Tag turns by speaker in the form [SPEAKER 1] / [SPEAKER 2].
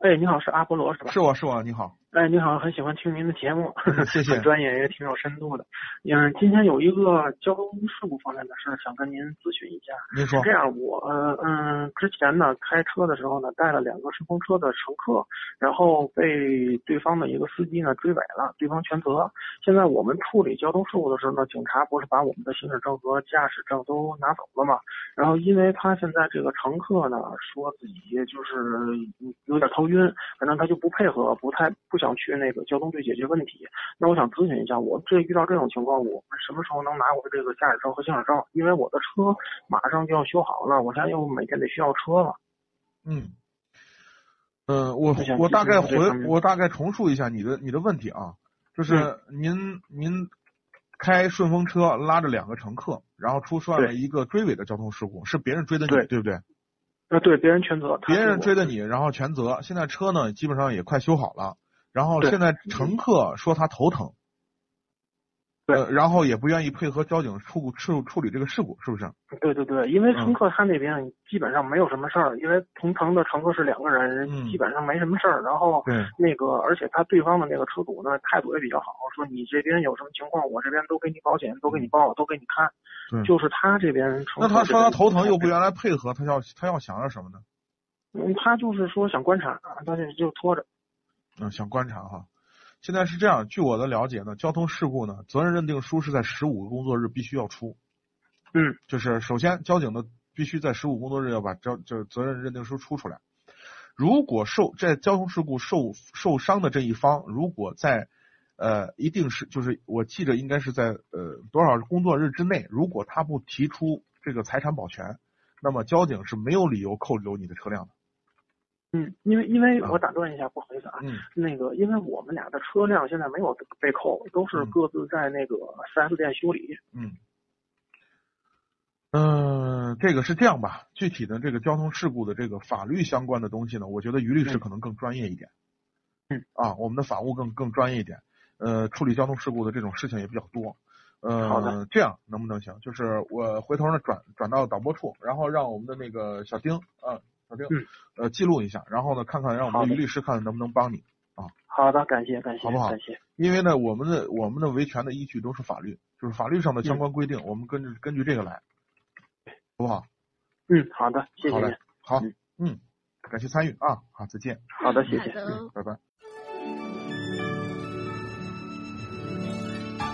[SPEAKER 1] 哎，你好，是阿波罗是吧？
[SPEAKER 2] 是我是我，你好。
[SPEAKER 1] 哎，你好，很喜欢听您的节目，
[SPEAKER 2] 谢谢。
[SPEAKER 1] 很专业，也挺有深度的。嗯，今天有一个交通事故方面的事儿，想跟您咨询一下。
[SPEAKER 2] 您说。
[SPEAKER 1] 这样，我嗯，之前呢开车的时候呢，带了两个顺风车的乘客，然后被对方的一个司机呢追尾了，对方全责。现在我们处理交通事故的时候呢，警察不是把我们的行驶证和驾驶证都拿走了嘛？然后，因为他现在这个乘客呢，说自己就是有点头晕，反正他就不配合，不太不想去那个交通队解决问题。那我想咨询一下，我这遇到这种情况，我什么时候能拿我的这个驾驶证和行驶证？因为我的车马上就要修好了，我现在又每天得需要车了。
[SPEAKER 2] 嗯，嗯、呃，我我大概回我大概重述一下你的你的问题啊，就是您、嗯、您。开顺风车拉着两个乘客，然后出现了一个追尾的交通事故，是别人追的你，
[SPEAKER 1] 对,
[SPEAKER 2] 对不对？
[SPEAKER 1] 啊，对，别人全责。
[SPEAKER 2] 别人追的你，然后全责。现在车呢，基本上也快修好了，然后现在乘客说他头疼，
[SPEAKER 1] 呃，
[SPEAKER 2] 然后也不愿意配合交警处处处理这个事故，是不是？
[SPEAKER 1] 对对对，因为
[SPEAKER 2] 嗯
[SPEAKER 1] 乘客他那边基本上没有什么事儿，因为同乘的乘客是两个人，
[SPEAKER 2] 嗯、
[SPEAKER 1] 基本上没什么事儿。然后那个，而且他对方的那个车主呢，态度也比较好，说你这边有什么情况，我这边都给你保险，都给你报，都给你看。就是他这边。
[SPEAKER 2] 嗯那他说他头疼又不原来配合，他要他要想要什么呢？
[SPEAKER 1] 嗯，他就是说想观察，但是就拖着。
[SPEAKER 2] 嗯，想观察哈。现在是这样，据我的了解呢，交通事故呢，责任认定书是在十五个工作日必须要出。
[SPEAKER 1] 嗯，
[SPEAKER 2] 就是首先，交警呢必须在十五工作日要把交就责任认定书出出来。如果受在交通事故受受伤的这一方，如果在呃一定是就是我记着应该是在呃多少工作日之内，如果他不提出这个财产保全，那么交警是没有理由扣留你的车辆的。
[SPEAKER 1] 嗯，因为因为我打断一下，不好意思啊，
[SPEAKER 2] 嗯、
[SPEAKER 1] 那个因为我们俩的车辆现在没有被扣，都是各自在那个四 S 店修理。
[SPEAKER 2] 嗯。嗯，这个是这样吧？具体的这个交通事故的这个法律相关的东西呢，我觉得于律师可能更专业一点。
[SPEAKER 1] 嗯。
[SPEAKER 2] 啊，我们的法务更更专业一点。呃，处理交通事故的这种事情也比较多。呃，
[SPEAKER 1] 好的。
[SPEAKER 2] 这样能不能行？就是我回头呢转转到导播处，然后让我们的那个小丁啊，小丁，
[SPEAKER 1] 嗯、
[SPEAKER 2] 呃，记录一下，然后呢，看看让我们的于律师看看能不能帮你啊。
[SPEAKER 1] 好的，感谢感谢，
[SPEAKER 2] 好不好？
[SPEAKER 1] 感谢。
[SPEAKER 2] 因为呢，我们的我们的维权的依据都是法律，就是法律上的相关规定，嗯、我们根据根据这个来。好不好？
[SPEAKER 1] 嗯，好的，谢谢
[SPEAKER 2] 您。好，嗯，感谢参与啊，好，再见。
[SPEAKER 1] 好的，谢谢，
[SPEAKER 2] 嗯，拜拜。